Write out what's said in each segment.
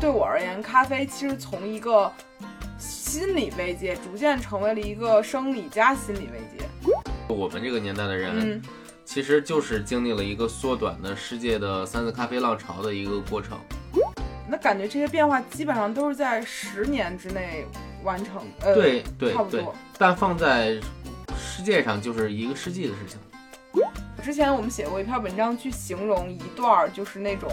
对我而言，咖啡其实从一个心理慰藉，逐渐成为了一个生理加心理慰藉。我们这个年代的人，嗯，其实就是经历了一个缩短的世界的三次咖啡浪潮的一个过程。那感觉这些变化基本上都是在十年之内完成。呃，对对差不对多，但放在世界上就是一个世纪的事情。之前我们写过一篇文章去形容一段儿，就是那种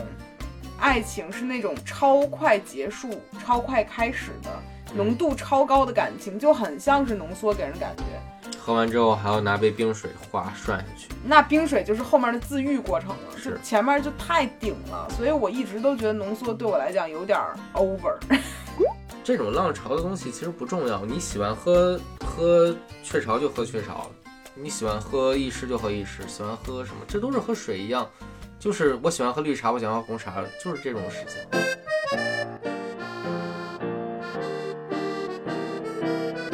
爱情是那种超快结束、超快开始的嗯浓度超高的感情，就很像是浓缩给人感觉。喝完之后还要拿杯冰水哗涮下去。那冰水就是后面的自愈过程了，是就前面就太顶了，所以我一直都觉得浓缩对我来讲有点儿 over。这种浪潮的东西其实不重要，你喜欢喝喝雀巢就喝雀巢，你喜欢喝意式就喝意式，喜欢喝什么这都是和水一样，就是我喜欢喝绿茶，我喜欢喝红茶，就是这种事情。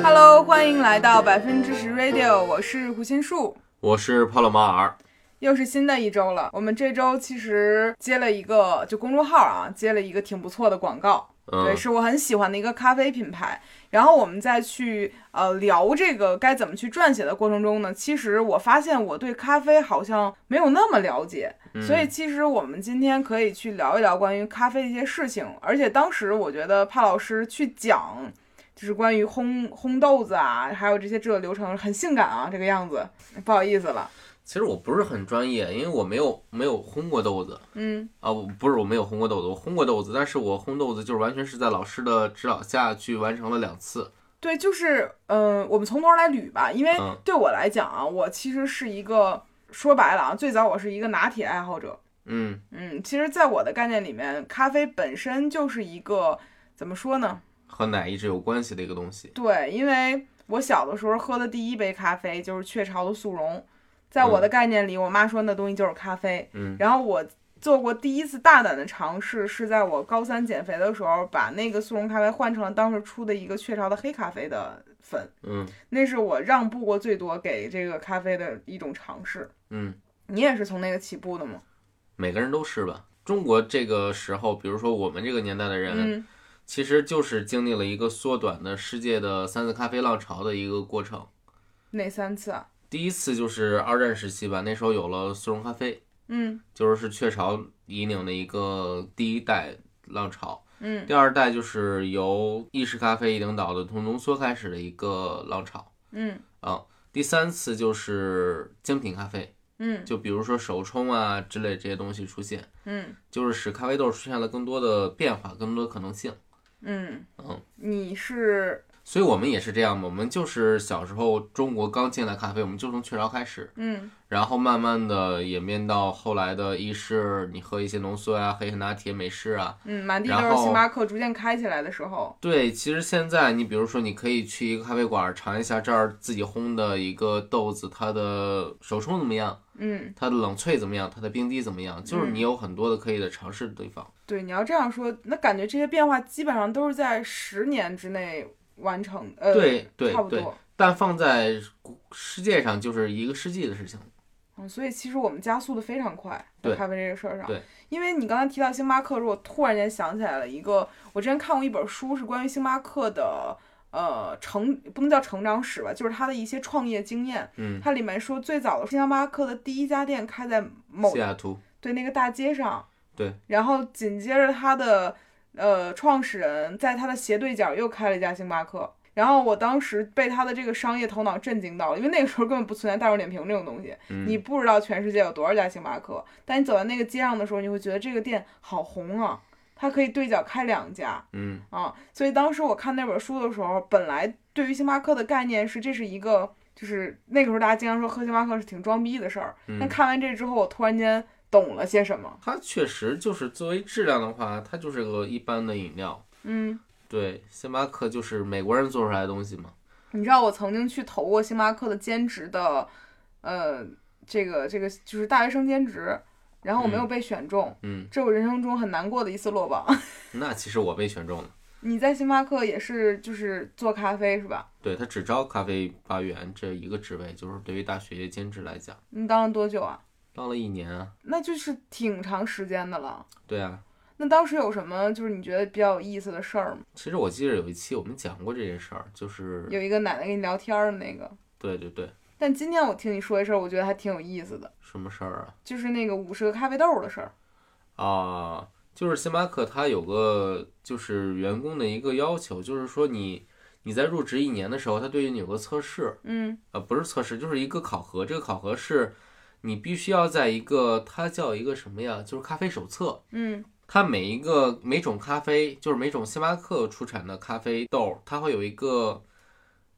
Hello，欢迎来到百分之十 Radio，我是胡心树。我是帕洛马尔，又是新的一周了，我们这周其实接了一个，就公众号啊，接了一个挺不错的广告，对，嗯，是我很喜欢的一个咖啡品牌。然后我们再去呃聊这个该怎么去撰写的过程中呢，其实我发现我对咖啡好像没有那么了解，嗯所以其实我们今天可以去聊一聊关于咖啡的一些事情。而且当时我觉得帕老师去讲，就是关于烘烘豆子啊，还有这些制作流程很性感啊，这个样子，不好意思了，其实我不是很专业，因为我没有没有烘过豆子嗯啊，我不是我没有烘过豆子，我烘过豆子，但是我烘豆子就是完全是在老师的指导下去完成了两次。对，就是嗯、呃我们从头来捋吧，因为嗯对我来讲啊，我其实是一个说白了啊，最早我是一个拿铁爱好者。嗯，嗯，其实，在我的概念里面，咖啡本身就是一个怎么说呢？和奶一直有关系的一个东西。对，因为我小的时候喝的第一杯咖啡就是雀巢的速溶，在我的概念里，我妈说那东西就是咖啡。嗯然后我做过第一次大胆的尝试，是在我高三减肥的时候，把那个速溶咖啡换成了当时出的一个雀巢的黑咖啡的粉。嗯那是我让步过最多给这个咖啡的一种尝试。嗯。你也是从那个起步的吗？每个人都是吧。中国这个时候，比如说我们这个年代的人，嗯，其实就是经历了一个缩短的世界的三次咖啡浪潮的一个过程。哪三次啊？第一次就是二战时期吧，那时候有了速溶咖啡，嗯就是雀巢引领的一个第一代浪潮。嗯第二代就是由意式咖啡领导的从浓缩开始的一个浪潮。嗯啊，第三次就是精品咖啡，嗯就比如说手冲啊之类这些东西出现。嗯就是使咖啡豆出现了更多的变化，更多的可能性。嗯嗯，你是所以我们也是这样嘛，我们就是小时候中国刚进来咖啡，我们就从雀巢开始，嗯然后慢慢的演变到后来的意式，你喝一些浓缩啊、黑黑拿铁、美式啊。嗯，满地然都是星后巴克逐渐开起来的时候，对，其实现在你比如说，你可以去一个咖啡馆尝一下这儿自己烘的一个豆子，它的手冲怎么样，嗯，它的冷萃怎么样，它的冰滴怎么样，就是你有很多的可以的尝试的地方。对，你要这样说，那感觉这些变化基本上都是在十年之内完成，呃，对对差不对多。但放在世界上就是一个世纪的事情。嗯，所以其实我们加速的非常快，在对咖啡这个事儿上。对，因为你刚才提到星巴克，如果突然间想起来了一个，我之前看过一本书，是关于星巴克的。呃，成不能叫成长史吧，就是它的一些创业经验。嗯，它里面说，最早的星巴克的第一家店开在某西雅图，对那个大街上，对，然后紧接着他的呃创始人在他的斜对角又开了一家星巴克。然后我当时被他的这个商业头脑震惊到了，因为那个时候根本不存在大众点评这种东西，嗯你不知道全世界有多少家星巴克。但你走在那个街上的时候，你会觉得这个店好红啊，它可以对角开两家嗯啊。所以当时我看那本书的时候，本来对于星巴克的概念是这是一个，就是那个时候大家经常说喝星巴克是挺装逼的事儿。但嗯，看完这之后，我突然间懂了些什么。它确实就是作为质量的话，它就是个一般的饮料。嗯，对，星巴克就是美国人做出来的东西嘛。你知道我曾经去投过星巴克的兼职的，呃，这个这个就是大学生兼职，然后我没有嗯被选中，嗯，这我人生中很难过的一次落榜。 那其实我被选中了。你在星巴克也是就是做咖啡是吧？对，它只招咖啡吧员这一个职位，就是对于大学兼职来讲，你当了多久啊？当了一年啊。那就是挺长时间的了。对啊，那当时有什么就是你觉得比较有意思的事儿吗？其实我记得有一期我们讲过这件事儿，就是有一个奶奶跟你聊天儿的那个。对对对，但今天我听你说一事儿，我觉得还挺有意思的，什么事儿啊？就是那个五十个咖啡豆的事儿。啊，就是星巴克它有个就是员工的一个要求，就是说你你在入职一年的时候，它对于你有个测试，嗯呃，不是测试，就是一个考核。这个考核是你必须要在一个它叫一个什么呀？就是咖啡手册。嗯它每一个每种咖啡，就是每种星巴克出产的咖啡豆，它会有一个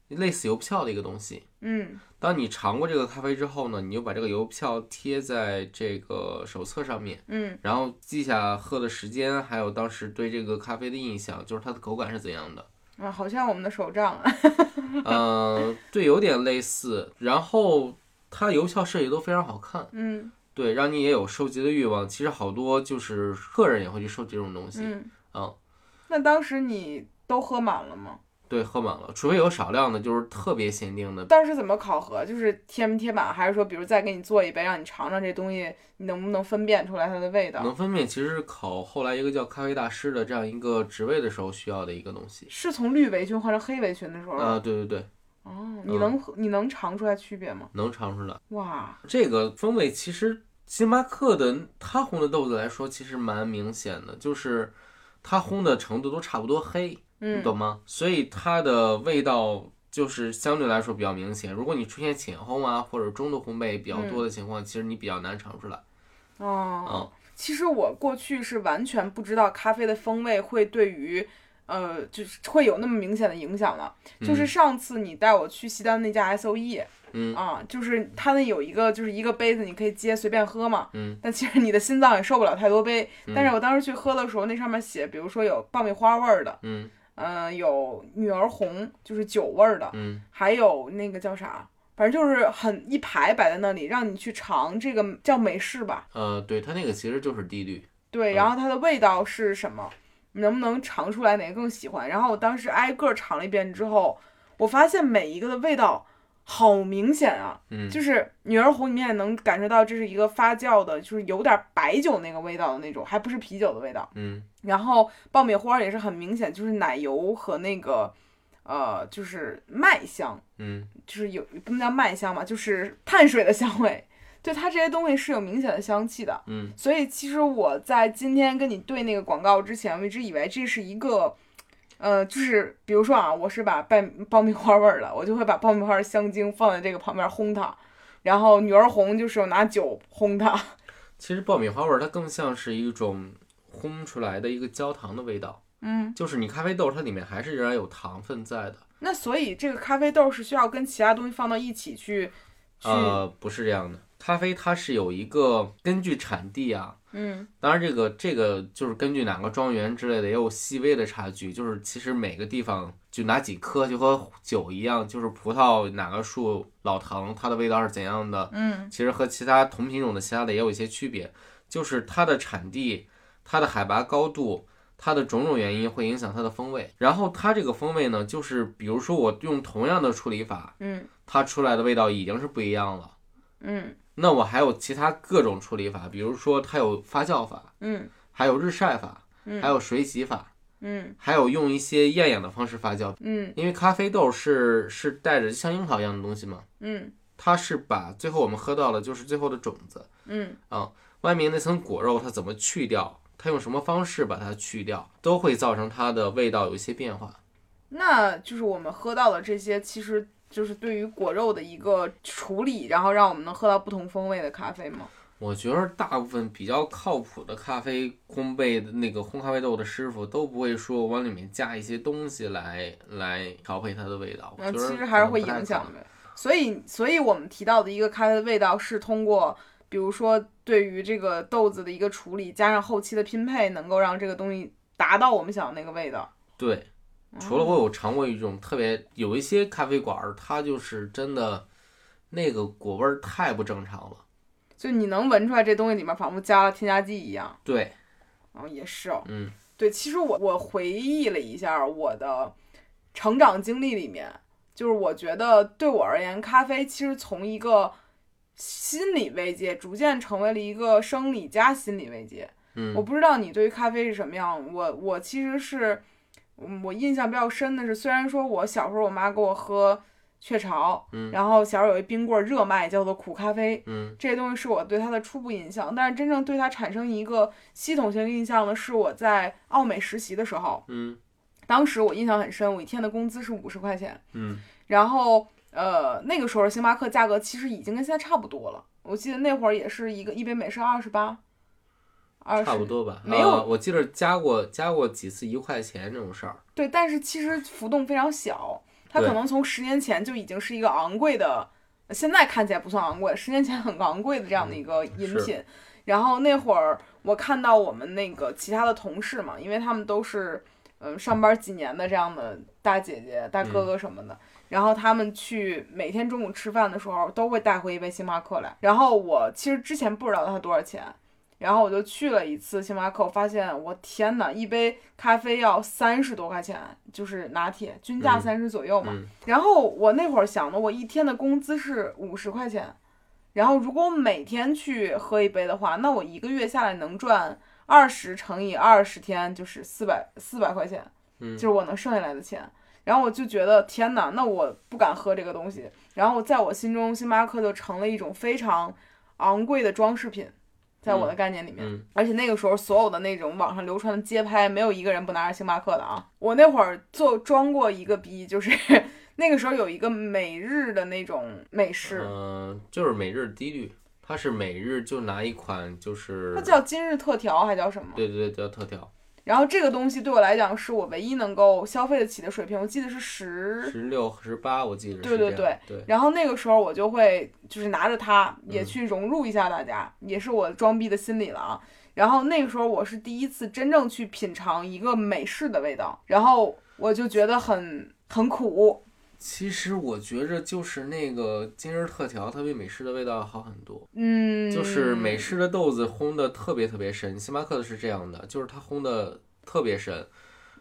类似邮票的一个东西。嗯当你尝过这个咖啡之后呢，你就把这个邮票贴在这个手册上面，嗯然后记下喝的时间，还有当时对这个咖啡的印象，就是它的口感是怎样的。啊，好像我们的手账啊。嗯、对，有点类似。然后它邮票设计都非常好看，嗯对，让你也有收集的欲望。其实好多就是客人也会去收集这种东西。嗯嗯那当时你都喝满了吗？对，喝满了，除非有少量的，就是特别限定的。当时怎么考核？就是贴没贴满，还是说比如再给你做一杯，让你尝尝这东西，你能不能分辨出来它的味道？能分辨，其实是考后来一个叫咖啡大师的这样一个职位的时候需要的一个东西。是从绿围裙换成黑围裙的时候吗，啊，对对对，哦，你能喝、你能尝出来区别吗？能尝出来。哇，这个风味其实星巴克的它烘的豆子来说，其实蛮明显的，就是它烘的程度都差不多黑，你嗯懂吗？所以它的味道就是相对来说比较明显。如果你出现浅烘啊或者中度烘焙比较嗯多的情况，其实你比较难尝出来。哦嗯，其实我过去是完全不知道咖啡的风味会对于。呃，就是会有那么明显的影响的。就是上次你带我去西单那家 S O E，嗯啊，就是它那有一个就是一个杯子，你可以接随便喝嘛。嗯。但其实你的心脏也受不了太多杯。但是我当时去喝的时候，那上面写，比如说有爆米花味儿的，嗯嗯、有女儿红，就是酒味儿的，嗯还有那个叫啥，反正就是很一排摆在那里，让你去尝这个叫美式吧。呃，对，它那个其实就是低滤。对，嗯然后它的味道是什么？你能不能尝出来哪个更喜欢？然后我当时挨个儿尝了一遍之后，我发现每一个的味道好明显啊，嗯就是女儿红，你也能感受到这是一个发酵的，就是有点白酒那个味道的那种，还不是啤酒的味道。嗯然后爆米花也是很明显，就是奶油和那个，呃，就是麦香，嗯就是有不能叫麦香吧，就是碳水的香味。对它这些东西是有明显的香气的。嗯所以其实我在今天跟你对那个广告之前，我一直以为这是一个，呃，就是比如说啊，我是把爆爆米花味儿的，我就会把爆米花的香精放在这个旁边烘它，然后女儿红就是我拿酒烘它。 其实爆米花味儿它更像是一种烘出来的一个焦糖的味道。嗯，就是你咖啡豆，它里面还是仍然有糖分在的。那所以这个咖啡豆是需要跟其他东西放到一起去，去，呃，不是这样的，咖啡它是有一个根据产地啊，嗯当然这个这个就是根据哪个庄园之类的，也有细微的差距。就是其实每个地方就拿几颗，就和酒一样，就是葡萄哪个树老藤，它的味道是怎样的，嗯其实和其他同品种的其他的也有一些区别，就是它的产地、它的海拔高度、它的种种原因会影响它的风味。然后它这个风味呢，就是比如说我用同样的处理法，嗯它出来的味道已经是不一样了。嗯那我还有其他各种处理法，比如说它有发酵法，嗯还有日晒法，嗯还有水洗法，嗯还有用一些厌氧的方式发酵。嗯因为咖啡豆是是带着像樱桃一样的东西嘛，嗯它是把最后我们喝到了就是最后的种子。嗯外面那层果肉它怎么去掉，它用什么方式把它去掉，都会造成它的味道有一些变化。那就是我们喝到的这些，其实就是对于果肉的一个处理，然后让我们能喝到不同风味的咖啡吗？我觉得大部分比较靠谱的咖啡烘焙的那个烘咖啡豆的师傅都不会说往里面加一些东西来来调配它的味道。我嗯，觉得其实还是会可能影不太响可能。的。所以，所以我们提到的一个咖啡的味道是通过，比如说对于这个豆子的一个处理，加上后期的拼配，能够让这个东西达到我们想要那个味道。对，除嗯了我有尝过一种特别，有一些咖啡馆儿它就是真的那个果味儿太不正常了。就你能闻出来这东西里面仿佛加了添加剂一样。对，嗯，也是哦。嗯对，其实我我回忆了一下我的成长经历里面，就是我觉得对我而言，咖啡其实从一个心理慰藉，逐渐成为了一个生理加心理慰藉。嗯我不知道你对于咖啡是什么样，我我其实是，嗯，我印象比较深的是，虽然说我小时候我妈给我喝雀巢，嗯然后小时候有一冰棍儿热卖叫做苦咖啡，嗯这些东西是我对它的初步印象，但是真正对它产生一个系统性印象的是我在奥美实习的时候，嗯当时我印象很深，我一天的工资是五十块钱，嗯然后呃那个时候星巴克价格其实已经跟现在差不多了，我记得那会儿也是一个一杯美式二十八，二嗯，十差不多吧。没有啊我记得加过加过几次一块钱这种事儿。对，但是其实浮动非常小，它对可能从十年前就已经是一个昂贵的，现在看起来不算昂贵，十年前很昂贵的这样的一个饮嗯是品。然后那会儿我看到我们那个其他的同事嘛，因为他们都是嗯、呃上班几年的这样的大姐姐、大嗯哥哥什么的。然后他们去每天中午吃饭的时候都会带回一杯星巴克来。然后我其实之前不知道它多少钱，然后我就去了一次星巴克，我发现我天呐，一杯咖啡要三十多块钱，就是拿铁均价嗯三十左右嘛。嗯然后我那会儿想的，我一天的工资是五十块钱，然后如果我每天去喝一杯的话，那我一个月下来能赚二十乘以二十天，就是四百四百块钱，嗯就是我能剩下来的钱。然后我就觉得天呐，那我不敢喝这个东西。然后在我心中，星巴克就成了一种非常昂贵的装饰品，在我的概念里面。嗯而且那个时候所有的那种网上流传的街拍，没有一个人不拿着星巴克的啊。我那会儿做装过一个逼，就是 那个时候有一个每日的那种美式，嗯，就是每日低率，它是每日就拿一款，就是它叫今日特调还叫什么？对对对叫特调，然后这个东西对我来讲是我唯一能够消费得起的水平，我记得是十。十六十八我记得对是这对样。对然后那个时候我就会就是拿着它也嗯去融入一下大家，也是我装逼的心理了啊。然后那个时候我是第一次真正去品尝一个美式的味道，然后我就觉得很很苦，其实我觉着就是那个今日特调，它比美式的味道好很多。嗯，就是美式的豆子烘的特别特别深，星巴克的是这样的，就是它烘的特别深，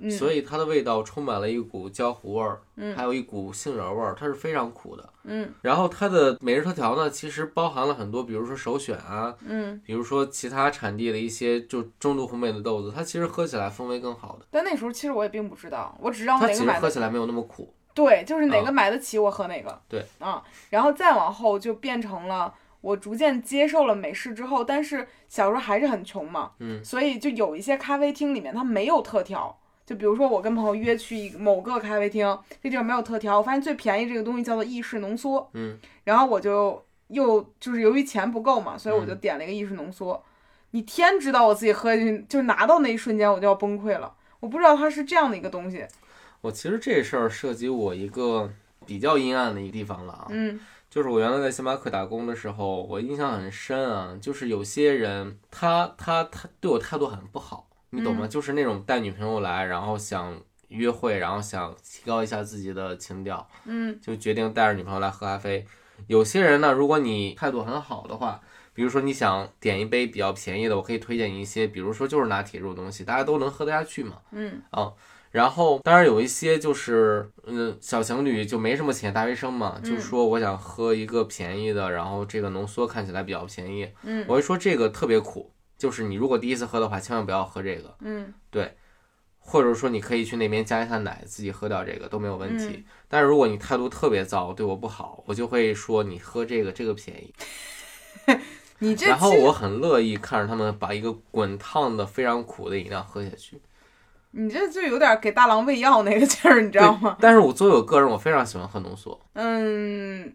嗯，所以它的味道充满了一股焦糊味儿，还有一股杏仁味儿，它是非常苦的。嗯然后它的每日特调呢，其实包含了很多，比如说首选啊，嗯，比如说其他产地的一些就中度烘焙的豆子，它其实喝起来风味更好的，但那时候其实我也并不知道，我只知道它哪其个实买喝的起来没有那么苦。对，就是哪啊个买得起我喝哪个。对，啊，然后再往后就变成了我逐渐接受了美式之后，但是小时候还是很穷嘛，嗯所以就有一些咖啡厅里面它没有特调。就比如说，我跟朋友约去一个某个咖啡厅，这地方没有特调，我发现最便宜这个东西叫做意式浓缩，嗯然后我就又就是由于钱不够嘛，所以嗯我就点了一个意式浓缩。你天知道我自己喝进去，就是拿到那一瞬间我就要崩溃了。我不知道它是这样的一个东西，我其实这事儿涉及我一个比较阴暗的一个地方了啊，嗯就是我原来在星巴克打工的时候，我印象很深啊，就是有些人他他他对我态度很不好，你嗯懂吗？就是那种带女朋友来，然后想约会，然后想提高一下自己的情调，嗯，就决定带着女朋友来喝咖啡。有些人呢，如果你态度很好的话，比如说你想点一杯比较便宜的，我可以推荐一些，比如说就是拿铁这种东西，大家都能喝得下去嘛。嗯啊。然后，当然有一些就是，嗯，小情侣就没什么钱，大学生嘛，嗯就说我想喝一个便宜的，然后这个浓缩看起来比较便宜，嗯我会说这个特别苦，就是你如果第一次喝的话，千万不要喝这个，嗯或者说你可以去那边加一下奶，自己喝掉这个都没有问题。嗯但是如果你态度特别糟，对我不好，我就会说你喝这个，这个便宜。你这然后其实我很乐意看着他们把一个滚烫的、非常苦的饮料喝下去。你这就有点给大郎喂药那个劲儿，你知道吗？ 但是我作为我个人，我非常喜欢喝浓缩。嗯，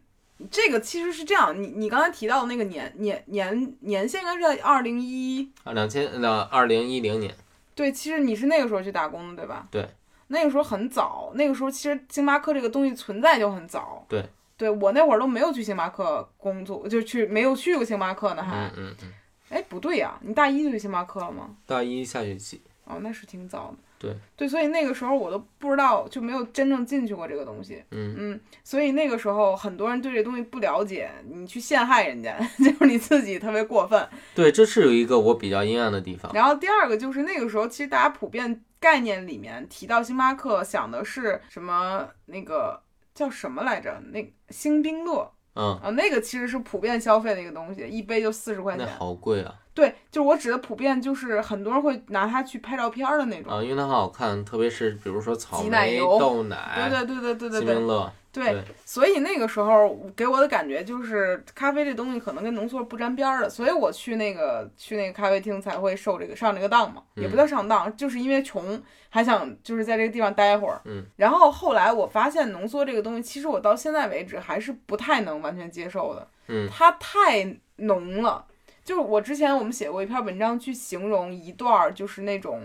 这个其实是这样，你你刚才提到的那个年年年年限应该是在二零一，啊，两千呃，二零一零年，对，其实你是那个时候去打工的，对吧？对，那个时候很早，那个时候其实星巴克这个东西存在就很早。对，对我那会儿都没有去星巴克工作，就去没有去过星巴克呢，还嗯。嗯嗯，哎、不对呀、你大一就去星巴克了吗？大一下学期，哦，那是挺早的。对对，所以那个时候我都不知道，就没有真正进去过这个东西。嗯所以那个时候很多人对这东西不了解，你去陷害人家， 就是你自己特别过分。对，这是有一个我比较阴暗的地方，然后第二个就是那个时候，其实大家普遍概念里面提到星巴克，想的是什么那个叫什么来着？那星冰乐嗯，啊，那个其实是普遍消费的一个东西，一杯就四十块那钱。好贵啊，对，就是我指的普遍，就是很多人会拿它去拍照片儿的那种。啊，因为它很好看，特别是比如说草挤奶莓、油豆奶、对对对对对对金对明啊乐，对对，所以那个时候给我的感觉就是，咖啡这东西可能跟浓缩不沾边儿的，所以我去那个去那个咖啡厅才会受这个上这个当嘛，嗯也不叫上当，就是因为穷，还想就是在这个地方待会儿。嗯，然后后来我发现浓缩这个东西，其实我到现在为止还是不太能完全接受的，嗯它太浓了。就是我之前我们写过一篇文章去形容一段儿，就是那种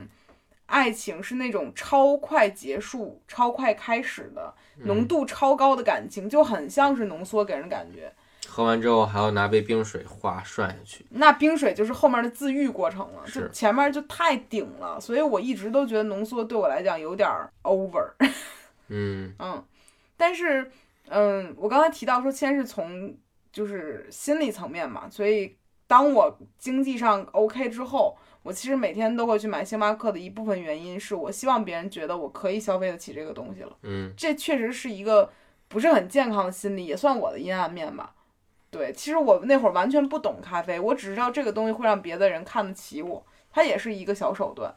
爱情是那种超快结束、超快开始的浓度超高的感情，就很像是浓缩给人感觉。喝完之后还要拿杯冰水哗涮下去。那冰水就是后面的自愈过程了，就是前面就太顶了，所以我一直都觉得浓缩对我来讲有点儿 over。 嗯嗯，但是，嗯，我刚才提到说，先是从就是心理层面嘛，所以当我经济上 OK 之后，我其实每天都会去买星巴克的一部分原因是我希望别人觉得我可以消费得起这个东西了，嗯，这确实是一个不是很健康的心理，也算我的阴暗面吧。对，其实我那会儿完全不懂咖啡，我只知道这个东西会让别的人看得起我，它也是一个小手段。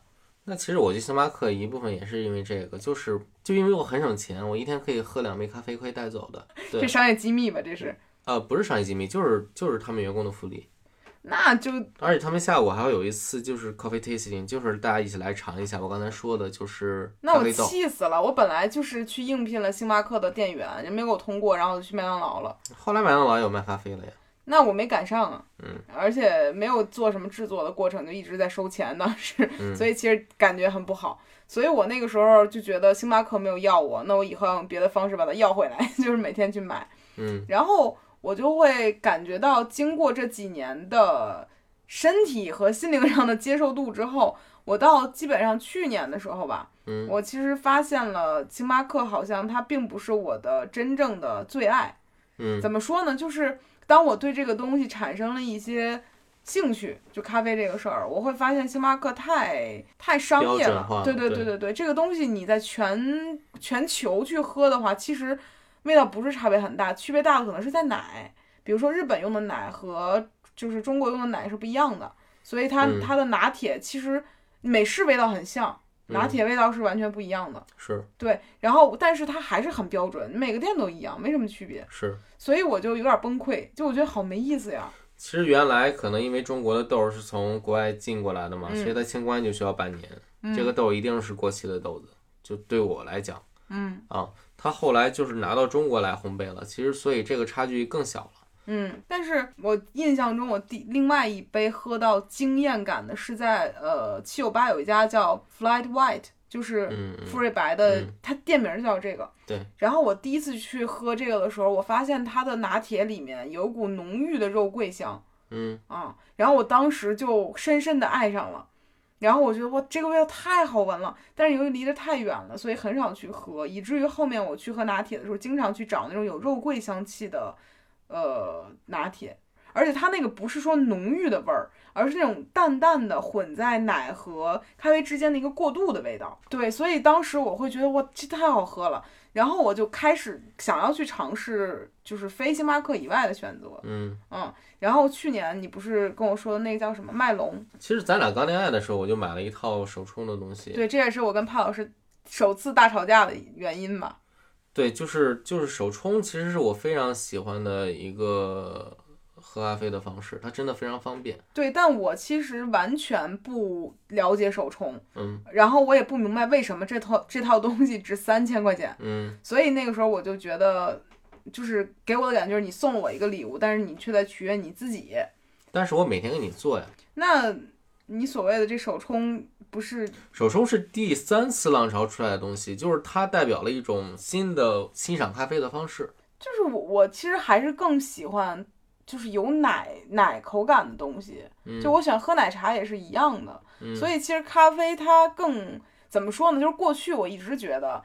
那其实我去星巴克一部分也是因为这个，就是就因为我很省钱，我一天可以喝两杯咖啡可以带走的。这对，商业机密吧，这是，呃，不是商业机密，就是就是他们员工的福利。那就而且他们下午还会有一次就是 coffee tasting，就是大家一起来尝一下我刚才说的，就是那咖我啡豆。气死了！我本来就是去应聘了星巴克的店员，人没给我通过，然后我就去麦当劳了。后来麦当劳有卖咖啡了呀。那我没赶上啊，嗯，而且没有做什么制作的过程，就一直在收钱，当时，嗯所以其实感觉很不好。所以我那个时候就觉得星巴克没有要我，那我以后要用别的方式把它要回来， 就是每天去买。嗯然后我就会感觉到，经过这几年的身体和心灵上的接受度之后，我到基本上去年的时候吧，嗯我其实发现了星巴克好像它并不是我的真正的最爱。嗯怎么说呢？就是当我对这个东西产生了一些。兴趣就咖啡这个事儿，我会发现星巴克太太商业标准化了了，对对对对对对，这个东西你在全全球去喝的话，其实味道不是差别很大，区别大的可能是在奶，比如说日本用的奶和就是中国用的奶是不一样的，所以它、嗯它的拿铁其实美式味道很像，拿嗯铁味道是完全不一样的。是对，然后但是它还是很标准，每个店都一样，没什么区别，是。所以我就有点崩溃，就我觉得好没意思呀。其实原来可能因为中国的豆儿是从国外进过来的嘛，嗯所以它清关就需要半年。这个豆儿一定是过期的豆子，就对我来讲嗯啊，它后来就是拿到中国来烘焙了，其实所以这个差距更小了。嗯，但是我印象中我第另外一杯喝到惊艳感的是在呃七九八有一家叫 Flight White，就是嗯馥芮白的嗯，它店名叫这个。对。然后我第一次去喝这个的时候，我发现它的拿铁里面有股浓郁的肉桂香嗯啊，然后我当时就深深的爱上了。然后我觉得哇，这个味道太好闻了，但是由于离得太远了，所以很少去喝，以至于后面我去喝拿铁的时候，经常去找那种有肉桂香气的，呃，拿铁。而且它那个不是说浓郁的味儿，而是那种淡淡的混在奶和咖啡之间的一个过渡的味道。对，所以当时我会觉得哇，这太好喝了。然后我就开始想要去尝试，就是非星巴克以外的选择。嗯，嗯，然后去年你不是跟我说那个叫什么麦龙？其实咱俩刚恋爱的时候，我就买了一套手冲的东西。对，这也是我跟潘老师首次大吵架的原因吧。对，就是就是手冲，其实是我非常喜欢的一个喝咖啡的方式，它真的非常方便。对，但我其实完全不了解手冲，嗯然后我也不明白为什么这套这套东西值三千块钱。嗯所以那个时候我就觉得，就是给我的感觉，你送了我一个礼物，但是你却在取悦你自己。但是我每天给你做呀。那你所谓的这手冲，不是手冲是第三次浪潮出来的东西，就是它代表了一种新的欣赏咖啡的方式。就是我我其实还是更喜欢就是有奶奶口感的东西，嗯就我喜欢喝奶茶也是一样的。嗯所以其实咖啡它更怎么说呢？就是过去我一直觉得。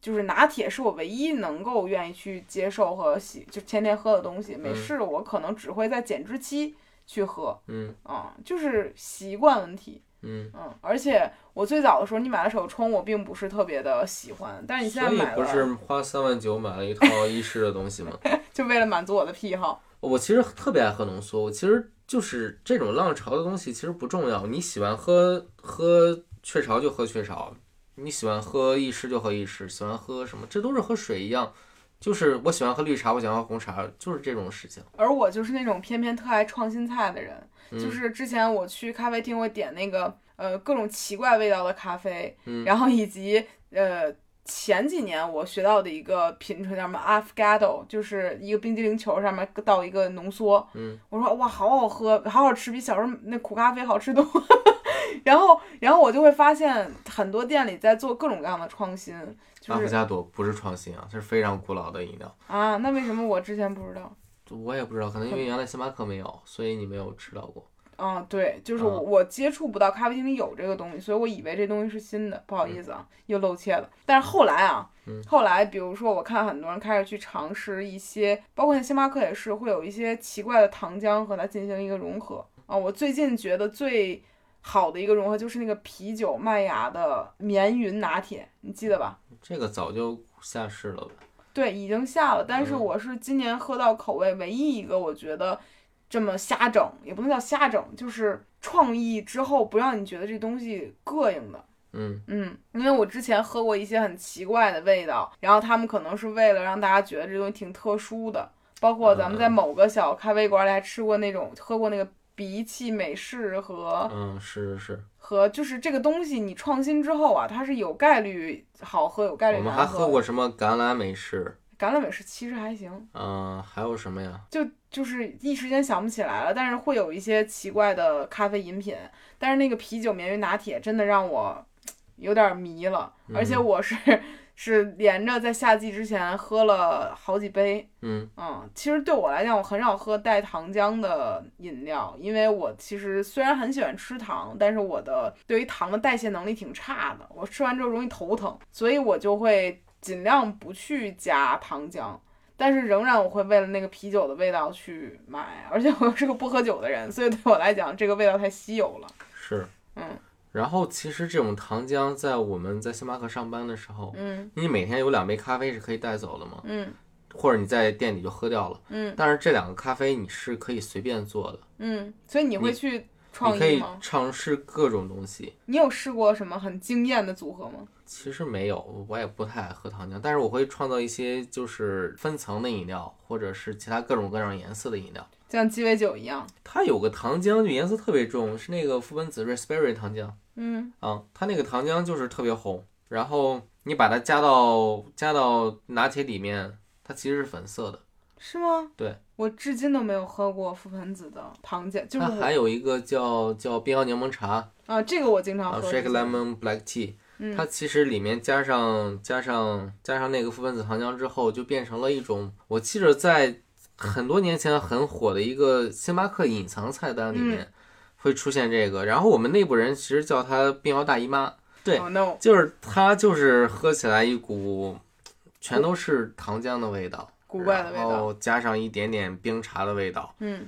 就是拿铁是我唯一能够愿意去接受和喜，就天天喝的东西。美嗯式我可能只会在减脂期去喝，嗯啊，就是习惯问题。嗯，嗯，而且我最早的时候，你买了手冲，我并不是特别的喜欢，但是你现在所以买不是了，花三万九买了 一套意式的东西吗？就为了满足我的癖好。我其实特别爱喝浓缩，我其实就是这种浪潮的东西其实不重要，你喜欢喝喝雀巢就喝雀巢，你喜欢喝意式就喝意式，喜欢喝什么这都是和水一样，就是我喜欢喝绿茶，我喜欢喝红茶，就是这种事情。而我就是那种偏偏特爱创新菜的人，嗯就是之前我去咖啡厅会点那个呃各种奇怪味道的咖啡，嗯然后以及呃前几年我学到的一个品种叫什么 Afgado，就是一个冰激凌球上面倒一个浓缩，嗯，我说哇好好喝，好好吃，比小时候那苦咖啡好吃多。 然后，然后我就会发现很多店里在做各种各样的创新，就阿芙是加朵不是创新啊，这是非常古老的饮料。啊，那为什么我之前不知道？我也不知道，可能因为原来星巴克没有，所以你没有吃到过。嗯，对，就是我、嗯我接触不到咖啡厅里有这个东西，所以我以为这东西是新的，不好意思啊，又露怯了。但是后来啊，嗯后来比如说我看很多人开始去尝试一些，包括像星巴克也是会有一些奇怪的糖浆和它进行一个融合啊。我最近觉得最好的一个融合就是那个啤酒麦芽的绵云拿铁，你记得吧？这个早就下市了吧？对，已经下了，但是嗯我是今年喝到口味唯一一个，我觉得这么瞎整，也不能叫瞎整，就是创意之后不让你觉得这东西膈应的。嗯，嗯，因为我之前喝过一些很奇怪的味道，然后他们可能是为了让大家觉得这东西挺特殊的，包括咱们在嗯某个小咖啡馆里还吃过那种喝过那个鼻涕美式和嗯，是是是，和就是这个东西你创新之后啊，它是有概率好喝，有概率我们难还喝的过什么橄榄美式？橄榄美式其实还行。嗯、还有什么呀？就就是一时间想不起来了，但是会有一些奇怪的咖啡饮品，但是那个啤酒绵云拿铁真的让我嘖有点迷了，嗯而且我是 是连着在夏季之前喝了好几杯，嗯嗯，其实对我来讲，我很少喝带糖浆的饮料，因为我其实虽然很喜欢吃糖，但是我的对于糖的代谢能力挺差的，我吃完之后容易头疼，所以我就会尽量不去加糖浆。但是仍然我会为了那个啤酒的味道去买，而且我又是个不喝酒的人，所以对我来讲这个味道太稀有了。是。嗯然后其实这种糖浆在我们在星巴克上班的时候，嗯你每天有两杯咖啡是可以带走的嘛，嗯或者你在店里就喝掉了。嗯但是这两个咖啡你是可以随便做的，嗯，所以你会去创你可意以吗？尝试各种东西。你有试过什么很惊艳的组合吗？其实没有，我也不太爱喝糖浆，但是我会创造一些就是分层的饮料，或者是其他各种各样颜色的饮料。像鸡尾酒一样？它有个糖浆就颜色特别重，是那个覆盆子 raspberry 糖浆嗯啊，它那个糖浆就是特别红，然后你把它加到加到拿铁里面，它其实是粉色的。是吗？对，我至今都没有喝过覆盆子的糖浆，就是它我啊还有一个叫叫冰摇柠檬茶啊，这个我经常啊喝。哦，shake lemon black tea，嗯它其实里面加上加上加上那个覆盆子糖浆之后，就变成了一种，我记着在很多年前很火的一个星巴克隐藏菜单里嗯面会出现这个，然后我们内部人其实叫它“冰摇大姨妈”，对，哦 no，就是它就是喝起来一股全都是糖浆的味道，古怪的味然道。后加上一点点冰茶的味道，嗯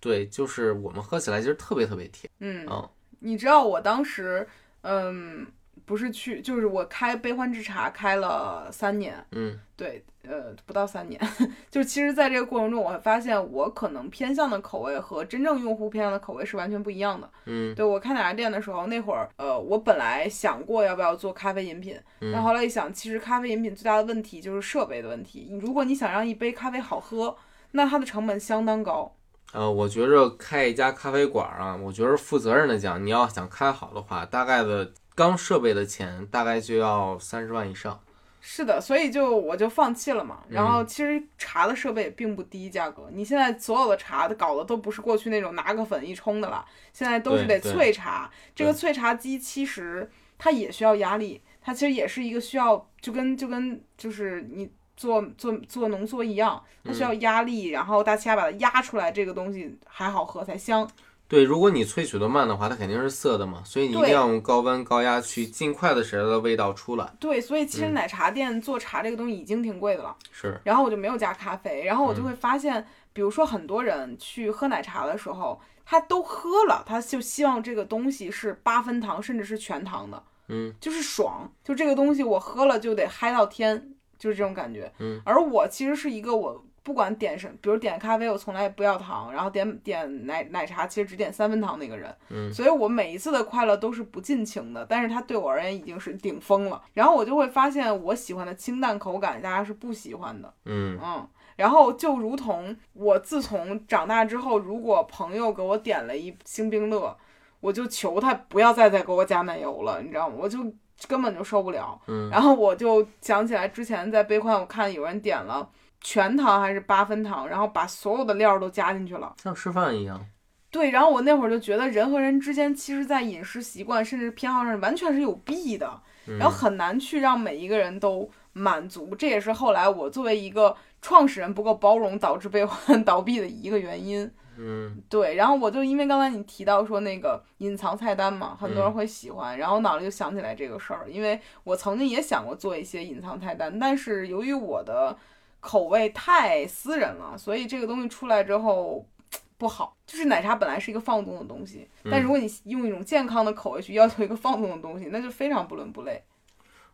对，就是我们喝起来其实特别特别甜，嗯，哦你知道我当时嗯不是去，就是我开悲欢之茶开了三年，嗯对，呃不到三年， 就是其实在这个过程中，我会发现我可能偏向的口味和真正用户偏向的口味是完全不一样的。嗯对我开奶茶店的时候，那会儿，呃，我本来想过要不要做咖啡饮品，但后来一想，其实咖啡饮品最大的问题就是设备的问题。你如果你想让一杯咖啡好喝，那它的成本相当高。呃，我觉着开一家咖啡馆儿啊，我觉着负责任的讲，你要想开好的话，大概的刚设备的钱大概就要三十万以上。是的，所以就我就放弃了嘛。然嗯后其实茶的设备也并不低，价格。你现在所有的茶的搞的都不是过去那种拿个粉一冲的了，现在都是得对萃对茶。这个对萃茶机其实它也需要压力，它其实也是一个需要，就跟就跟就是你做做做浓缩一样，它需要嗯压力，然后大家把它压出来，这个东西还好喝才香。对，如果你萃取的慢的话，它肯定是涩的嘛，所以你一定对要用高温高压去尽快的使它的味道出来。对，所以其实嗯奶茶店做茶这个东西已经挺贵的了。是，嗯然后我就没有加咖啡，然后我就会发现，比如说很多人去喝奶茶的时候，他都喝了，他就希望这个东西是八分糖甚至是全糖的，嗯，就是爽，就这个东西我喝了就得嗨到天，就是这种感觉。嗯，而我其实是一个我不管点什，比如点咖啡，我从来不要糖，然后点点奶奶茶，其实只点三分糖那个人。嗯所以我每一次的快乐都是不尽情的，但是它对我而言已经是顶峰了。然后我就会发现，我喜欢的清淡口感，大家是不喜欢的。嗯嗯，然后就如同我自从长大之后，如果朋友给我点了一星冰乐，我就求他不要再再给我加奶油了，你知道吗？我就根本就受不了。嗯然后我就想起来之前在悲欢，我看有人点了全糖还是八分糖，然后把所有的料都加进去了。像吃饭一样，对，然后我那会儿就觉得人和人之间，其实在饮食习惯甚至偏好上完全是有弊的，嗯然后很难去让每一个人都满足。这也是后来我作为一个创始人不够包容，导致悲欢 倒闭的一个原因。嗯对，然后我就因为刚才你提到说那个隐藏菜单嘛，很多人会喜欢，然后我脑子就想起来这个事儿，因为我曾经也想过做一些隐藏菜单，但是由于我的口味太私人了，所以这个东西出来之后不好。就是奶茶本来是一个放纵的东西，但嗯如果你用一种健康的口味去要求一个放纵的东西，那就非常不伦不类。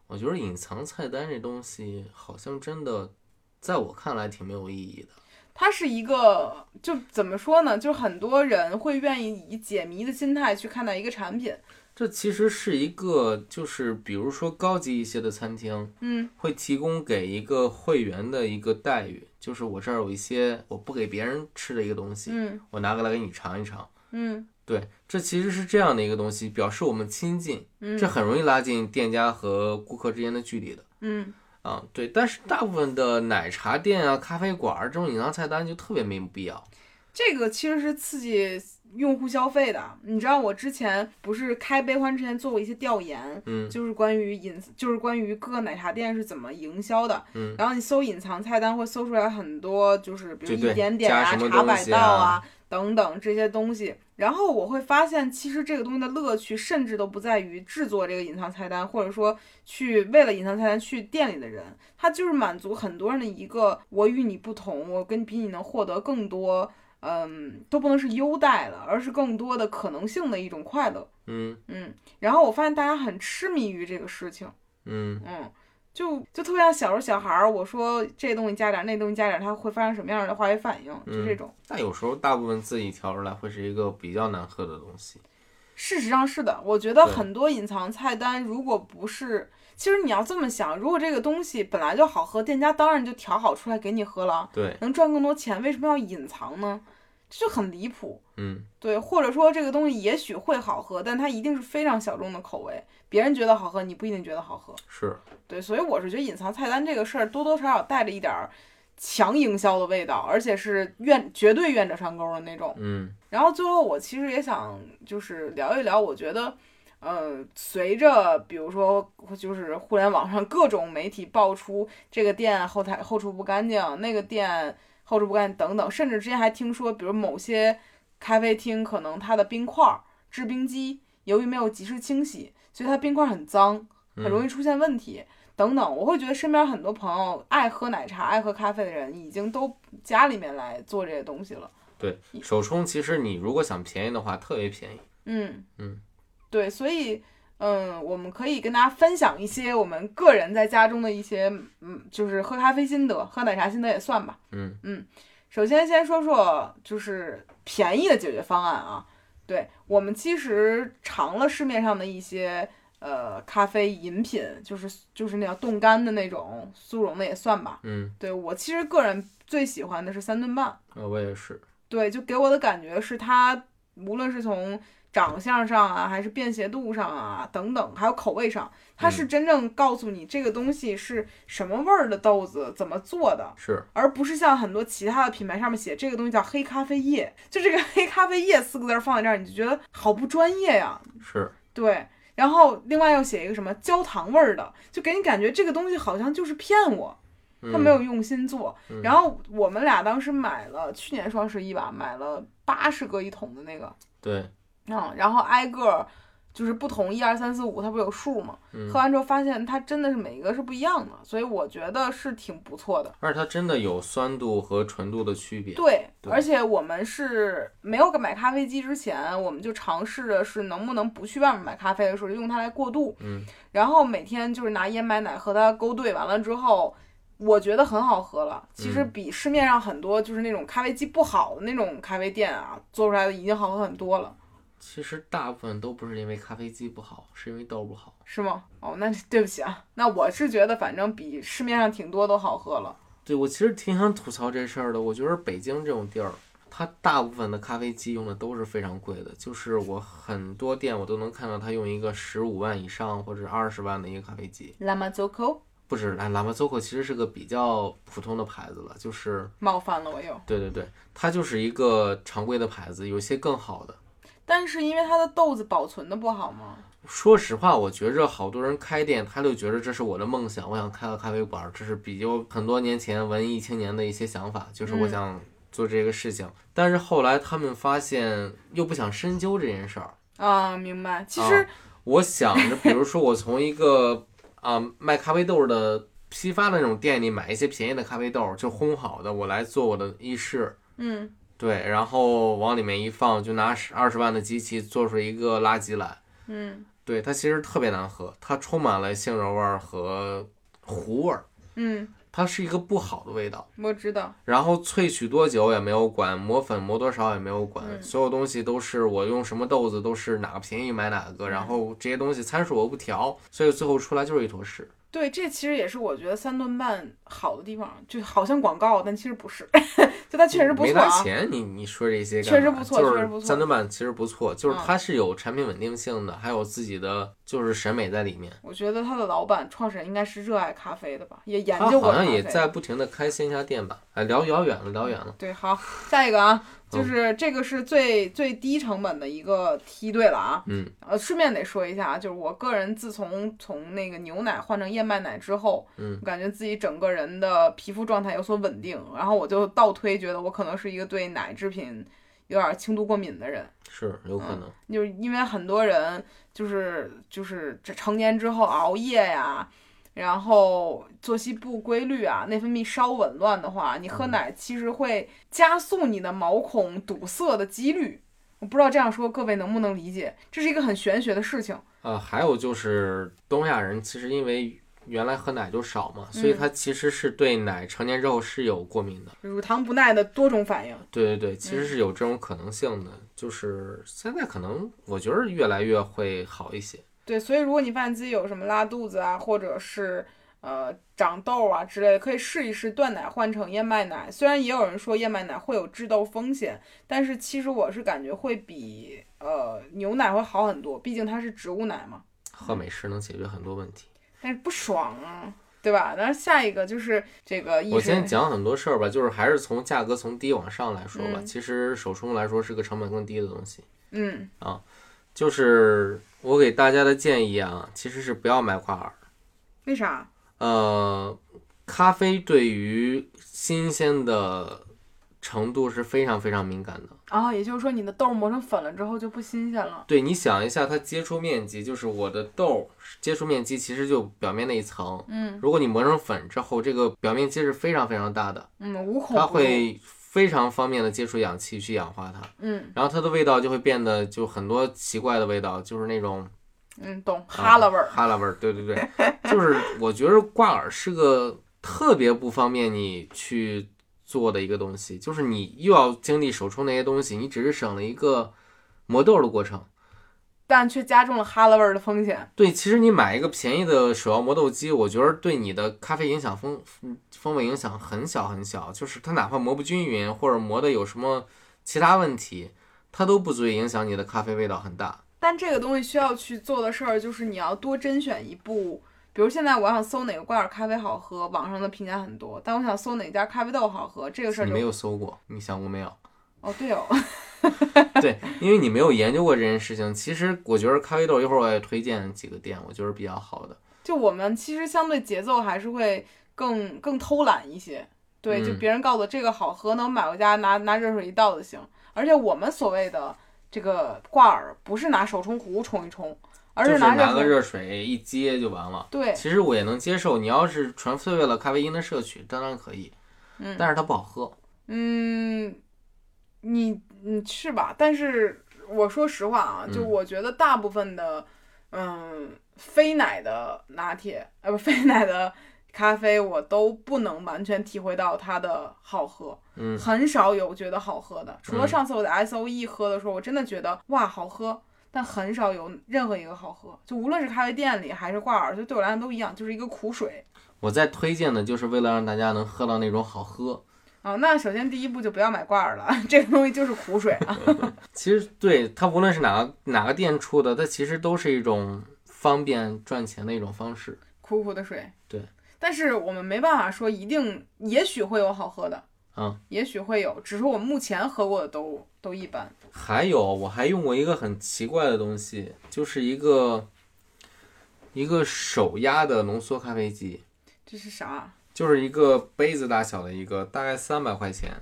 我觉得隐藏菜单这东西好像真的，在我看来挺没有意义的。它是一个，就怎么说呢？就很多人会愿意以解谜的心态去看待一个产品。这其实是一个，就是比如说高级一些的餐厅，嗯，会提供给一个会员的一个待遇，就是我这儿有一些我不给别人吃的一个东西，嗯我拿过来给你尝一尝。嗯对，这其实是这样的一个东西，表示我们亲近，嗯这很容易拉近店家和顾客之间的距离的嗯，啊。对，但是大部分的奶茶店啊、咖啡馆儿这种隐藏菜单就特别没有必要。这个其实是刺激用户消费的。你知道我之前不是开悲欢之前做过一些调研，嗯就是关于隐，就是关于各个奶茶店是怎么营销的。嗯然后你搜隐藏菜单会搜出来很多，就是比如对对一点点加啊、什么茶东百西道啊等等这些东西。然后我会发现，其实这个东西的乐趣甚至都不在于制作这个隐藏菜单，或者说去为了隐藏菜单去店里的人，它就是满足很多人的一个我与你不同，我跟比你能获得更多，嗯，都不能是优待了，而是更多的可能性的一种快乐。嗯嗯，然后我发现大家很痴迷于这个事情，嗯嗯，就就特别像小时候小孩儿，我说这东西加点儿，那东西加点儿，它会发生什么样的化学反应，就这种。但有时候大部分自己调出来会是一个比较难喝的东西。事实上是的，我觉得对很多隐藏菜单，如果不是，其实你要这么想，如果这个东西本来就好喝，店家当然就调好出来给你喝了，对，能赚更多钱，为什么要隐藏呢？这就很离谱。嗯对，或者说这个东西也许会好喝，但它一定是非常小众的口味，别人觉得好喝，你不一定觉得好喝。是，对，所以我是觉得隐藏菜单这个事儿多多少少带着一点儿强营销的味道，而且是愿绝对愿者上钩的那种。嗯然后最后我其实也想就是聊一聊，我觉得，呃，随着比如说就是互联网上各种媒体爆出这个店后台后厨不干净，那个店后厨不干净等等，甚至之前还听说，比如某些咖啡厅可能它的冰块儿制冰机由于没有及时清洗，所以它冰块儿很脏，很容易出现问题。等等，我会觉得身边很多朋友爱喝奶茶、爱喝咖啡的人，已经都家里面来做这些东西了。对，手冲其实你如果想便宜的话，特别便宜。嗯，嗯，对，所以嗯，我们可以跟大家分享一些我们个人在家中的一些嗯，就是喝咖啡心得、喝奶茶心得也算吧。嗯首先先说说就是便宜的解决方案啊，对我们其实尝了市面上的一些。呃，咖啡饮品就是就是那叫冻干的那种，速溶的也算吧。嗯，对我其实个人最喜欢的是三顿半，呃我也是。对，就给我的感觉是它无论是从长相上啊，还是便携度上啊等等，还有口味上，它是真正告诉你这个东西是什么味儿的豆子怎么做的，是，而不是像很多其他的品牌上面写这个东西叫黑咖啡液，就这个 黑咖啡液四个字儿放在这儿，你就觉得好不专业呀。是，对。然后另外要写一个什么焦糖味儿的，就给你感觉这个东西好像就是骗我，他嗯没有用心做。嗯然后我们俩当时买了去年双十一吧，买了八十个一桶的那个，对，嗯，然后挨个儿就是不同一二三四五，它不是有数吗？嗯喝完之后发现它真的是每一个是不一样的，所以我觉得是挺不错的。而且它真的有酸度和纯度的区别。对，对而且我们是没有买咖啡机之前，我们就尝试的是能不能不去外面买咖啡的时候用它来过渡，嗯，然后每天就是拿燕麦奶和它勾兑，完了之后我觉得很好喝了。其实嗯比市面上很多就是那种咖啡机不好的那种咖啡店啊，做出来的已经好喝很多了，其实大部分都不是因为咖啡机不好，是因为豆不好。是吗？哦，那 对不起啊，那我是觉得反正比市面上挺多都好喝了。对我其实挺想吐槽这事儿的。我觉得北京这种地儿，它大部分的咖啡机用的都是非常贵的，就是我很多店我都能看到它用一个十五万以上或者二十万的一个咖啡机。拉玛佐口不止，哎，喇嘛 Zoco 其实是个比较普通的牌子了，就是冒犯了我又，对对对，它就是一个常规的牌子，有些更好的。但是因为它的豆子保存的不好吗？说实话，我觉着好多人开店，他就觉着这是我的梦想，我想开个咖啡馆儿，这是比较很多年前文艺青年的一些想法，就是我嗯想做这个事情。但是后来他们发现又不想深究这件事儿。啊，明白。其实、啊我想着，比如说我从一个啊、卖咖啡豆的批发的那种店里买一些便宜的咖啡豆，就烘好的，我来做我的意式。嗯，对，然后往里面一放，就拿十二十万的机器做出一个垃圾来。嗯，对，它其实特别难喝，它充满了杏仁味儿和糊味儿，嗯，它是一个不好的味道。我知道。然后萃取多久也没有管，磨粉磨多少也没有管，嗯所有东西都是我用什么豆子都是哪个便宜买哪嗯个，然后这些东西参数我不调，所以最后出来就是一坨屎。对，这其实也是我觉得三顿半好的地方，就好像广告，但其实不是， 就它确实不嗯没错拿啊。钱，你你说这些干确实嘛不错就确实是不错三顿半其实不错，就是嗯它是有产品稳定性的，还有自己的就是审美在里面。我觉得他的老板创始人应该是热爱咖啡的吧，也研他究过好咖像啡。也在不停的开线下店吧？哎，聊遥远了，聊远了。对，好，下一个啊，嗯就是这个是最最低成本的一个梯队了啊。嗯，呃，顺便得说一下啊，就是我个人自从从那个牛奶换成燕麦奶之后，嗯，感觉自己整个人的皮肤状态有所稳定，然后我就倒推觉得我可能是一个对奶制品有点轻度过敏的人。是有嗯可能。就是因为很多人就是就是这成年之后熬夜呀，然后作息不规律啊，内分泌稍紊乱的话，你喝奶其实会加速你的毛孔堵塞的几率。我不知道这样说各位能不能理解，这是一个很玄学的事情。呃，还有就是东亚人其实因为原来喝奶就少嘛，所以嗯他其实是对奶成年之后是有过敏的。乳糖不耐的多种反应，对对对，嗯其实是有这种可能性的。就是现在可能我觉得越来越会好一些。对，所以如果你发现自己有什么拉肚子啊，或者是呃长痘啊之类的，可以试一试断奶换成燕麦奶。虽然也有人说燕麦奶会有致痘风险，但是其实我是感觉会比呃牛奶会好很多，毕竟它是植物奶嘛。喝美式能解决很多问题。但是不爽啊，对吧？然后下一个就是这个益我生先讲很多事儿吧，就是还是从价格从低往上来说吧。嗯其实手冲来说是个成本更低的东西。嗯，就是我给大家的建议啊，其实是不要买挂耳。为啥？呃，咖啡对于新鲜的程度是非常非常敏感的。啊，也就是说你的豆磨成粉了之后就不新鲜了。对，你想一下，它接触面积就是我的豆儿接触面积，其实就表面那一层。嗯如果你磨成粉之后，这个表面积是非常非常大的，嗯，无孔它不入。会非常方便的接触氧气去氧化它，嗯然后它的味道就会变得就很多奇怪的味道，就是那种嗯，懂哈喇味儿啊。哈喇味儿，对对对，就是我觉得挂耳是个特别不方便你去做的一个东西，就是你又要经历手冲那些东西，你只是省了一个磨豆的过程。但却加重了哈喇味儿的风险。对，其实你买一个便宜的手摇磨豆机，我觉得对你的咖啡影响风嗯风味影响很小很小，就是它哪怕磨不均匀或者磨的有什么其他问题，它都不足以影响你的咖啡味道很大。但这个东西需要去做的事儿就是你要多甄选一部，比如现在我想搜哪个挂耳咖啡好喝，网上的评价很多，但我想搜哪家咖啡豆好喝，这个事儿你就没有搜过，你想过没有？哦对哦， 对，因为你没有研究过这件事情。其实我觉得咖啡豆，一会儿我也推荐几个店，我觉得比较好的。就我们其实相对节奏还是会更更偷懒一些，对，就嗯别人告诉我这个好喝，那我买回家拿拿热水一倒就行。而且我们所谓的这个挂耳，不是拿手冲壶冲一冲，而就是是拿拿热个水。热水一接就完了。对，其实我也能接受，你要是纯粹为了咖啡因的摄取，当然可以，嗯但是它不好喝。嗯，你你是吧？但是我说实话啊，就嗯我觉得大 部分的，嗯，非奶的拿铁，呃，不，非奶的咖啡，我都不能完全体会到它的好喝，嗯很少有觉得好喝的。除了嗯上次我在 S O E 喝的时候，我真的觉得哇好喝，但很少有任何一个好喝。就无论是咖啡店里还是挂耳，就对我来讲都一样，就是一个苦水。我在推荐的就是为了让大家能喝到那种好喝。啊、那首先第一步就不要买挂耳了， 这个东西就是苦水啊。其实对它无论是哪个哪个店出的，它其实都是一种方便赚钱的一种方式。苦苦的水。对，但是我们没办法说一定，也许会有好喝的，嗯，也许会有，只是我目前喝过的都都一般。还有我还用过一个很奇怪的东西，就是一个一个手压的浓缩咖啡机，这是啥？就是一个杯子大小的一个，大概三百块钱。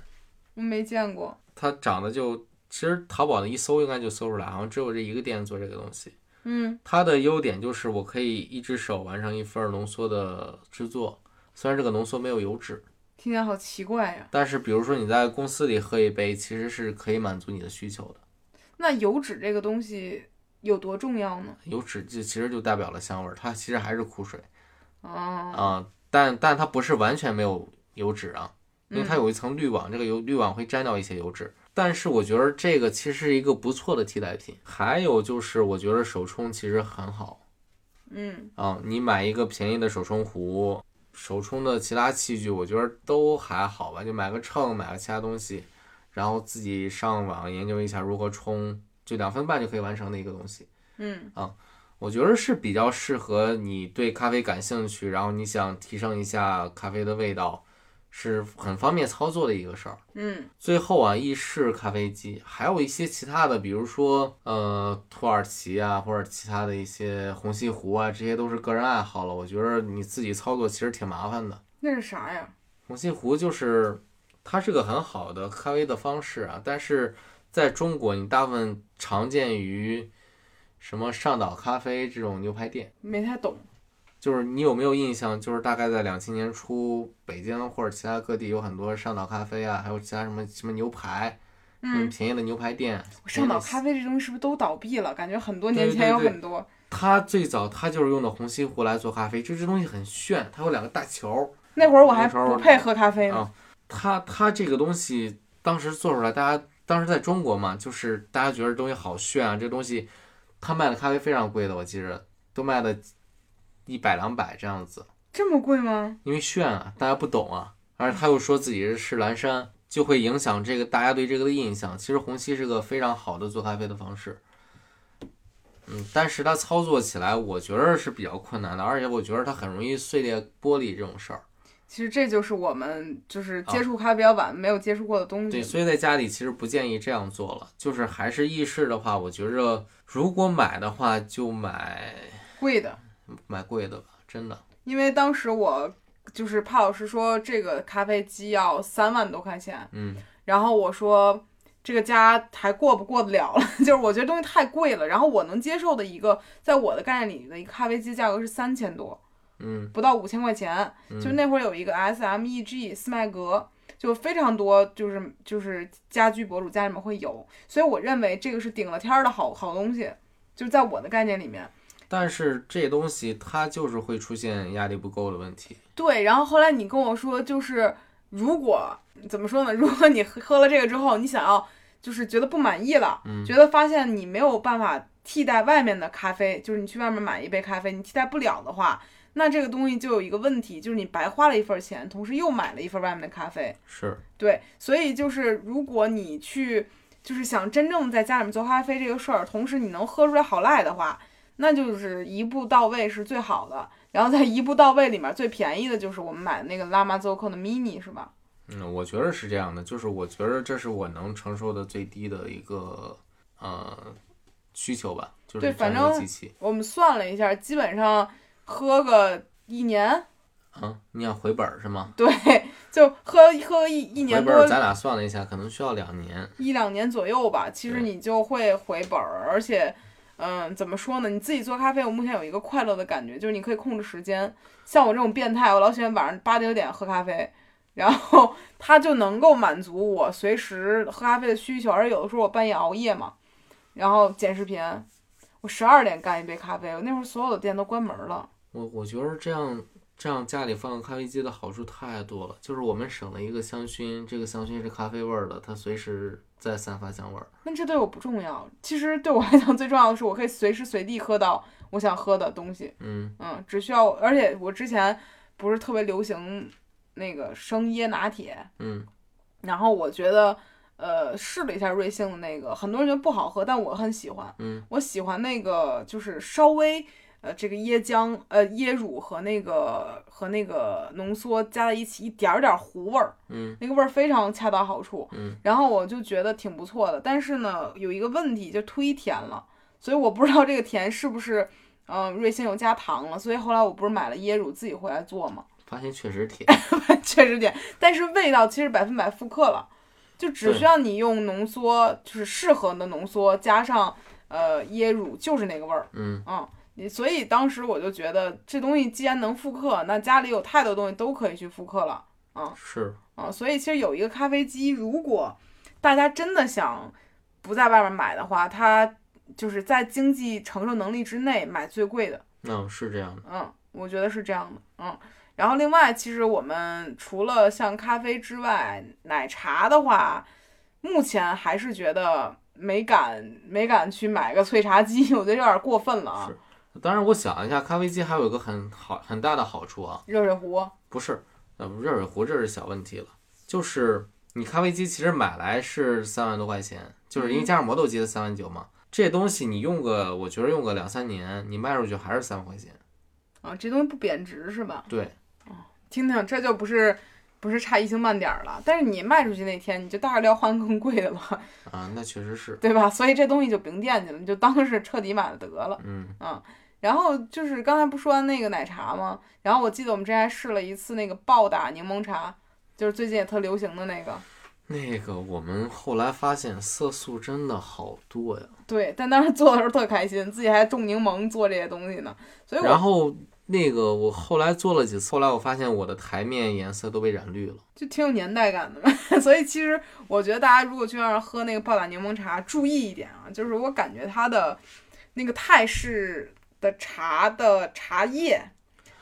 我没见过。它长得就，其实淘宝的一搜应该就搜出来，好像只有这一个店做这个东西。嗯，它的优点就是我可以一只手完成一份浓缩的制作，虽然这个浓缩没有油脂，听起来好奇怪呀、但是比如说你在公司里喝一杯，其实是可以满足你的需求的。那油脂这个东西有多重要呢？油脂就其实就代表了香味儿，它其实还是苦水啊、啊，但但它不是完全没有油脂啊，因为它有一层滤网，这个油滤网会沾掉一些油脂。但是我觉得这个其实是一个不错的替代品。还有就是，我觉得手冲其实很好，嗯，啊，你买一个便宜的手冲壶，手冲的其他器具我觉得都还好吧，就买个秤，买个其他东西，然后自己上网研究一下如何冲，就两分半就可以完成的一个东西。嗯，我觉得是比较适合你对咖啡感兴趣，然后你想提升一下咖啡的味道，是很方便操作的一个事儿。嗯，最后啊，意式咖啡机，还有一些其他的，比如说呃土耳其啊，或者其他的一些虹吸壶啊，这些都是个人爱好了。我觉得你自己操作其实挺麻烦的。那是啥呀？虹吸壶就是它是个很好的咖啡的方式啊，但是在中国你大部分常见于什么上岛咖啡这种牛排店。没太懂。就是你有没有印象？就是大概在两千年初，北京或者其他各地有很多上岛咖啡啊，还有其他什么什么牛排，嗯，便宜的牛排店。上岛便宜的咖啡这东西是不是都倒闭了？感觉很多对年对前有对很多。它最早它就是用的虹吸壶来做咖啡，这这东西很炫，它有两个大球儿。那会儿我还那时候不配喝咖啡呢。啊它它这个东西当时做出来，大家当时在中国嘛，就是大家觉得这东西好炫啊，这东西它卖的咖啡非常贵的，我记着都卖的一百两百这样子。这么贵吗？因为炫啊，大家不懂啊，而他又说自己是蓝山，就会影响这个大家对这个的印象。其实虹吸是个非常好的做咖啡的方式，嗯，但是它操作起来我觉得是比较困难的，而且我觉得它很容易碎裂玻璃这种事儿。其实这就是我们就是接触咖啡比较晚、没有接触过的东对，西。所以在家里其实不建议这样做了。就是还是意式的话，我觉着如果买的话就买贵的，买贵的吧，真的。因为当时我就是怕老师说这个咖啡机要三万多块钱，嗯，然后我说这个家还过不过得了了， 就是我觉得东西太贵了。然后我能接受的一个，在我的概念里的一个咖啡机价格是三千多，嗯，不到五千块钱。就那会儿有一个 SMEG 斯麦格。就非常多，就是就是家居博主家里面会有，所以我认为这个是顶了天儿的好好东西，就是在我的概念里面。但是这东西它就是会出现压力不够的问题。对，然后后来你跟我说，就是如果怎么说呢？ 如果你喝喝了这个之后，你想要就是觉得不满意了，觉得发现你没有办法替代外面的咖啡，就是你去外面买一杯咖啡，你替代不了的话，那这个东西就有一个问题，就是你白花了一份钱，同时又买了一份外面的咖啡。是，对，所以就是如果你去就是想真正在家里面做咖啡这个事儿，同时你能喝出来好赖的话，那就是一步到位是最好的。然后在一步到位里面最便宜的就是我们买的那个拉玛奏克的 mini 是吧？嗯，我觉得是这样的，就是我觉得这是我能承受的最低的一个呃需求吧，就是对这反样一个正机器我们算了一下，基本上喝个一年，啊，你想回本儿是吗？对，就喝喝一一回年本儿多咱俩算了一下，可能需要两年。一两年左右吧，其实对你就会回本儿，而且，嗯，怎么说呢？你自己做咖啡，我目前有一个快乐的感觉，就是你可以控制时间。像我这种变态，我老喜欢晚上八九点喝咖啡，然后它就能够满足我随时喝咖啡的需求。而且有的时候我半夜熬夜嘛，然后剪视频，我十二点干一杯咖啡，我那会儿所有的店都关门了。我我觉得这样这样家里放咖啡机的好处太多了，就是我们省了一个香薰，这个香薰是咖啡味儿的，它随时在散发香味儿。那这对我不重要。其实对我来讲最重要的是，我可以随时随地喝到我想喝的东西。嗯，嗯，只需要，而且我之前不是特别流行那个生椰拿铁，嗯，然后我觉得，呃，试了一下瑞幸的那个，很多人觉得不好喝，但我很喜欢。嗯，我喜欢那个就是稍微。呃，这个椰浆、呃椰乳和那个和那个浓缩加在一起，一点儿点儿糊味儿，嗯，那个味儿非常恰到好处，嗯，然后我就觉得挺不错的。但是呢，有一个问题，就忒甜了，所以我不知道这个甜是不是，嗯、瑞幸有加糖了。所以后来我不是买了椰乳自己回来做嘛，发现确实甜。 确实甜，但是味道其实百分百复刻了，就只对需要你用浓缩，就是适合的浓缩加上呃椰乳，就是那个味儿。嗯，嗯，你所以当时我就觉得这东西既然能复刻，那家里有太多东西都可以去复刻了。是，啊，所以其实有一个咖啡机，如果大家真的想不在外面买的话，它就是在经济承受能力之内买最贵的，那、是这样的。嗯，我觉得是这样的，嗯。然后另外，其实我们除了像咖啡之外，奶茶的话，目前还是觉得没敢没敢去买个萃茶机， 我觉得有点过分了啊是。当然，我想一下，咖啡机还有一个很好很大的好处啊，热水壶，不是，呃，不是热水壶，这是小问题了。就是你咖啡机其实买来是三万多块钱，就是嗯因为加上磨豆机的三万九嘛。这东西你用个，我觉得用个两三年，你卖出去还是三万块钱。啊，这东西不贬值是吧？嗯对，听听，这就不是不是差一星半点儿了。但是你卖出去那天，你就大料换更贵的了， 啊，那确实是，对吧？所以这东西就甭惦记了，你就当是彻底买了得了。嗯然后就是刚才不说完那个奶茶吗？然后我记得我们之前还试了一次那个暴打柠檬茶，就是最近也特流行的那个。那个我们后来发现色素真的好多呀，对，但当时做的时候特开心，自己还种柠檬做这些东西呢，所以然哎我后那个我后来做了几次，后来我发现我的台面颜色都被染绿了。就挺有年代感的嘛。 所以其实我觉得大家如果去外面喝那个暴打柠檬茶，注意一点啊，就是我感觉它的那个泰式的茶的茶叶，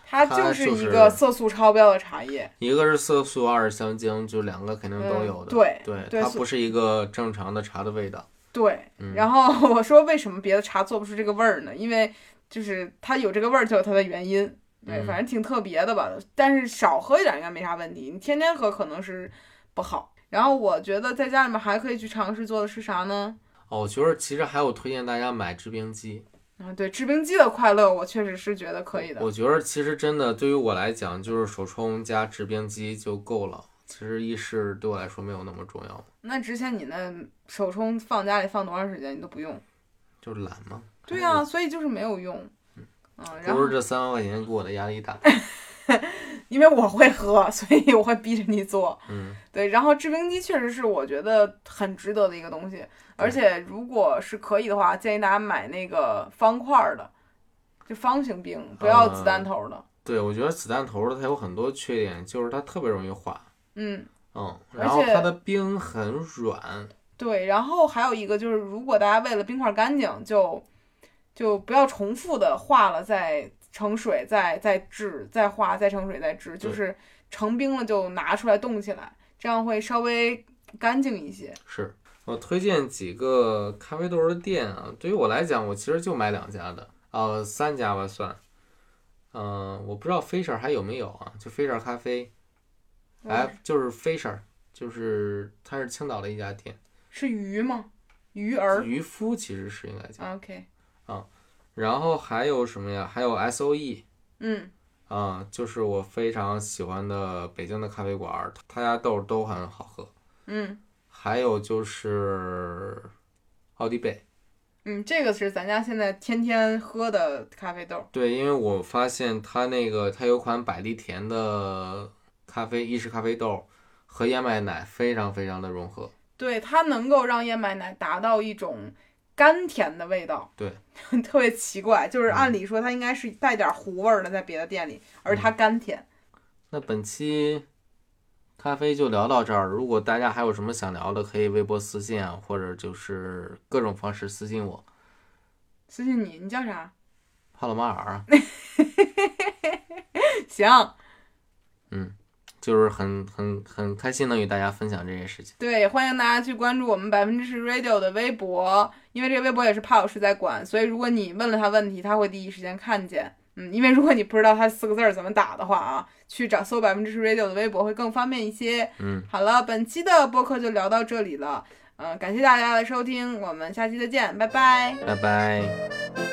它它就是就一是个色素超标的茶叶。一个是色素，二是香精，就两个肯定都有的。嗯对对对它所不是一个正常的茶的味道。对，嗯，然后 我说为什么别的茶做不出这个味儿呢？因为就是它有这个味儿就有它的原因。对，嗯反正挺特别的吧，但是少喝一点应该没啥问题。你天天喝可能是不好。然后我觉得在家里面还可以去尝试做的是啥呢？哦，我觉得其实还有推荐大家买制冰机。啊，对，制冰机的快乐，我确实是觉得可以的。我觉得其实真的对于我来讲，就是手冲加制冰机就够了。其实意式对我来说没有那么重要，那之前你那手冲放家里放多长时间，你都不用。就是懒嘛。对呀、所以就是没有用。嗯，然嗯不后是这三万块钱给我的压 力大。因为我会喝，所以我会逼着你做。嗯，对，然后制冰机确实是我觉得很值得的一个东西，而且如果是可以的话，建议大家买那个方块儿的，就方形冰，不要子弹头的。对，我觉得子弹头的它有很多缺点，就是它特别容易化。嗯，嗯，而然后且它的冰很软。对。然后还有一个就是，如果大家为了冰块儿干净，就就不要重复的化了再盛水，再再制，再化，再盛水，再制，就对是成冰了就拿出来冻起来，这样会稍微干净一些。是我推荐几个咖啡豆的店啊，对于我来讲，我其实就买两家的，呃，三家吧算。嗯、我不知道 Fisher 还有没有啊？就 Fisher 咖啡，哎、就是 Fisher，就是它是青岛的一家店，是鱼吗？鱼儿。渔夫其实是应该讲。 OK，然后还有什么呀？还有 SOE 嗯。啊、就是我非常喜欢的北京的咖啡馆儿，他家豆都很好喝。嗯，还有就是奥迪贝。嗯，这个是咱家现在天天喝的咖啡豆。对，因为我发现它那个它有款百利甜的咖啡意式咖啡豆和燕麦奶非常非常的融合，对，它能够让燕麦奶达到一种甘甜的味道。对， 特别奇怪，就是按理说它应该是带点糊味儿的，在别的店里，而它甘甜。那本期咖啡就聊到这儿，如果大家还有什么想聊的，可以微博私信啊，或者就是各种方式私信我。私信你，你叫啥？帕洛马尔啊， 行， 就是很很很开心能与大家分享这些事情。对，欢迎大家去关注我们百分之十 Radio 的微博，因为这个微博也是帕老师在管，所以如果你问了他问题，他会第一时间看见。嗯，因为如果你不知道他四个字儿怎么打的话啊，去找搜百分之十 Radio 的微博会更方便一些。嗯，好了，本期的播客就聊到呃这里了。嗯、感谢大家的收听，我们下期再见，拜拜。拜拜。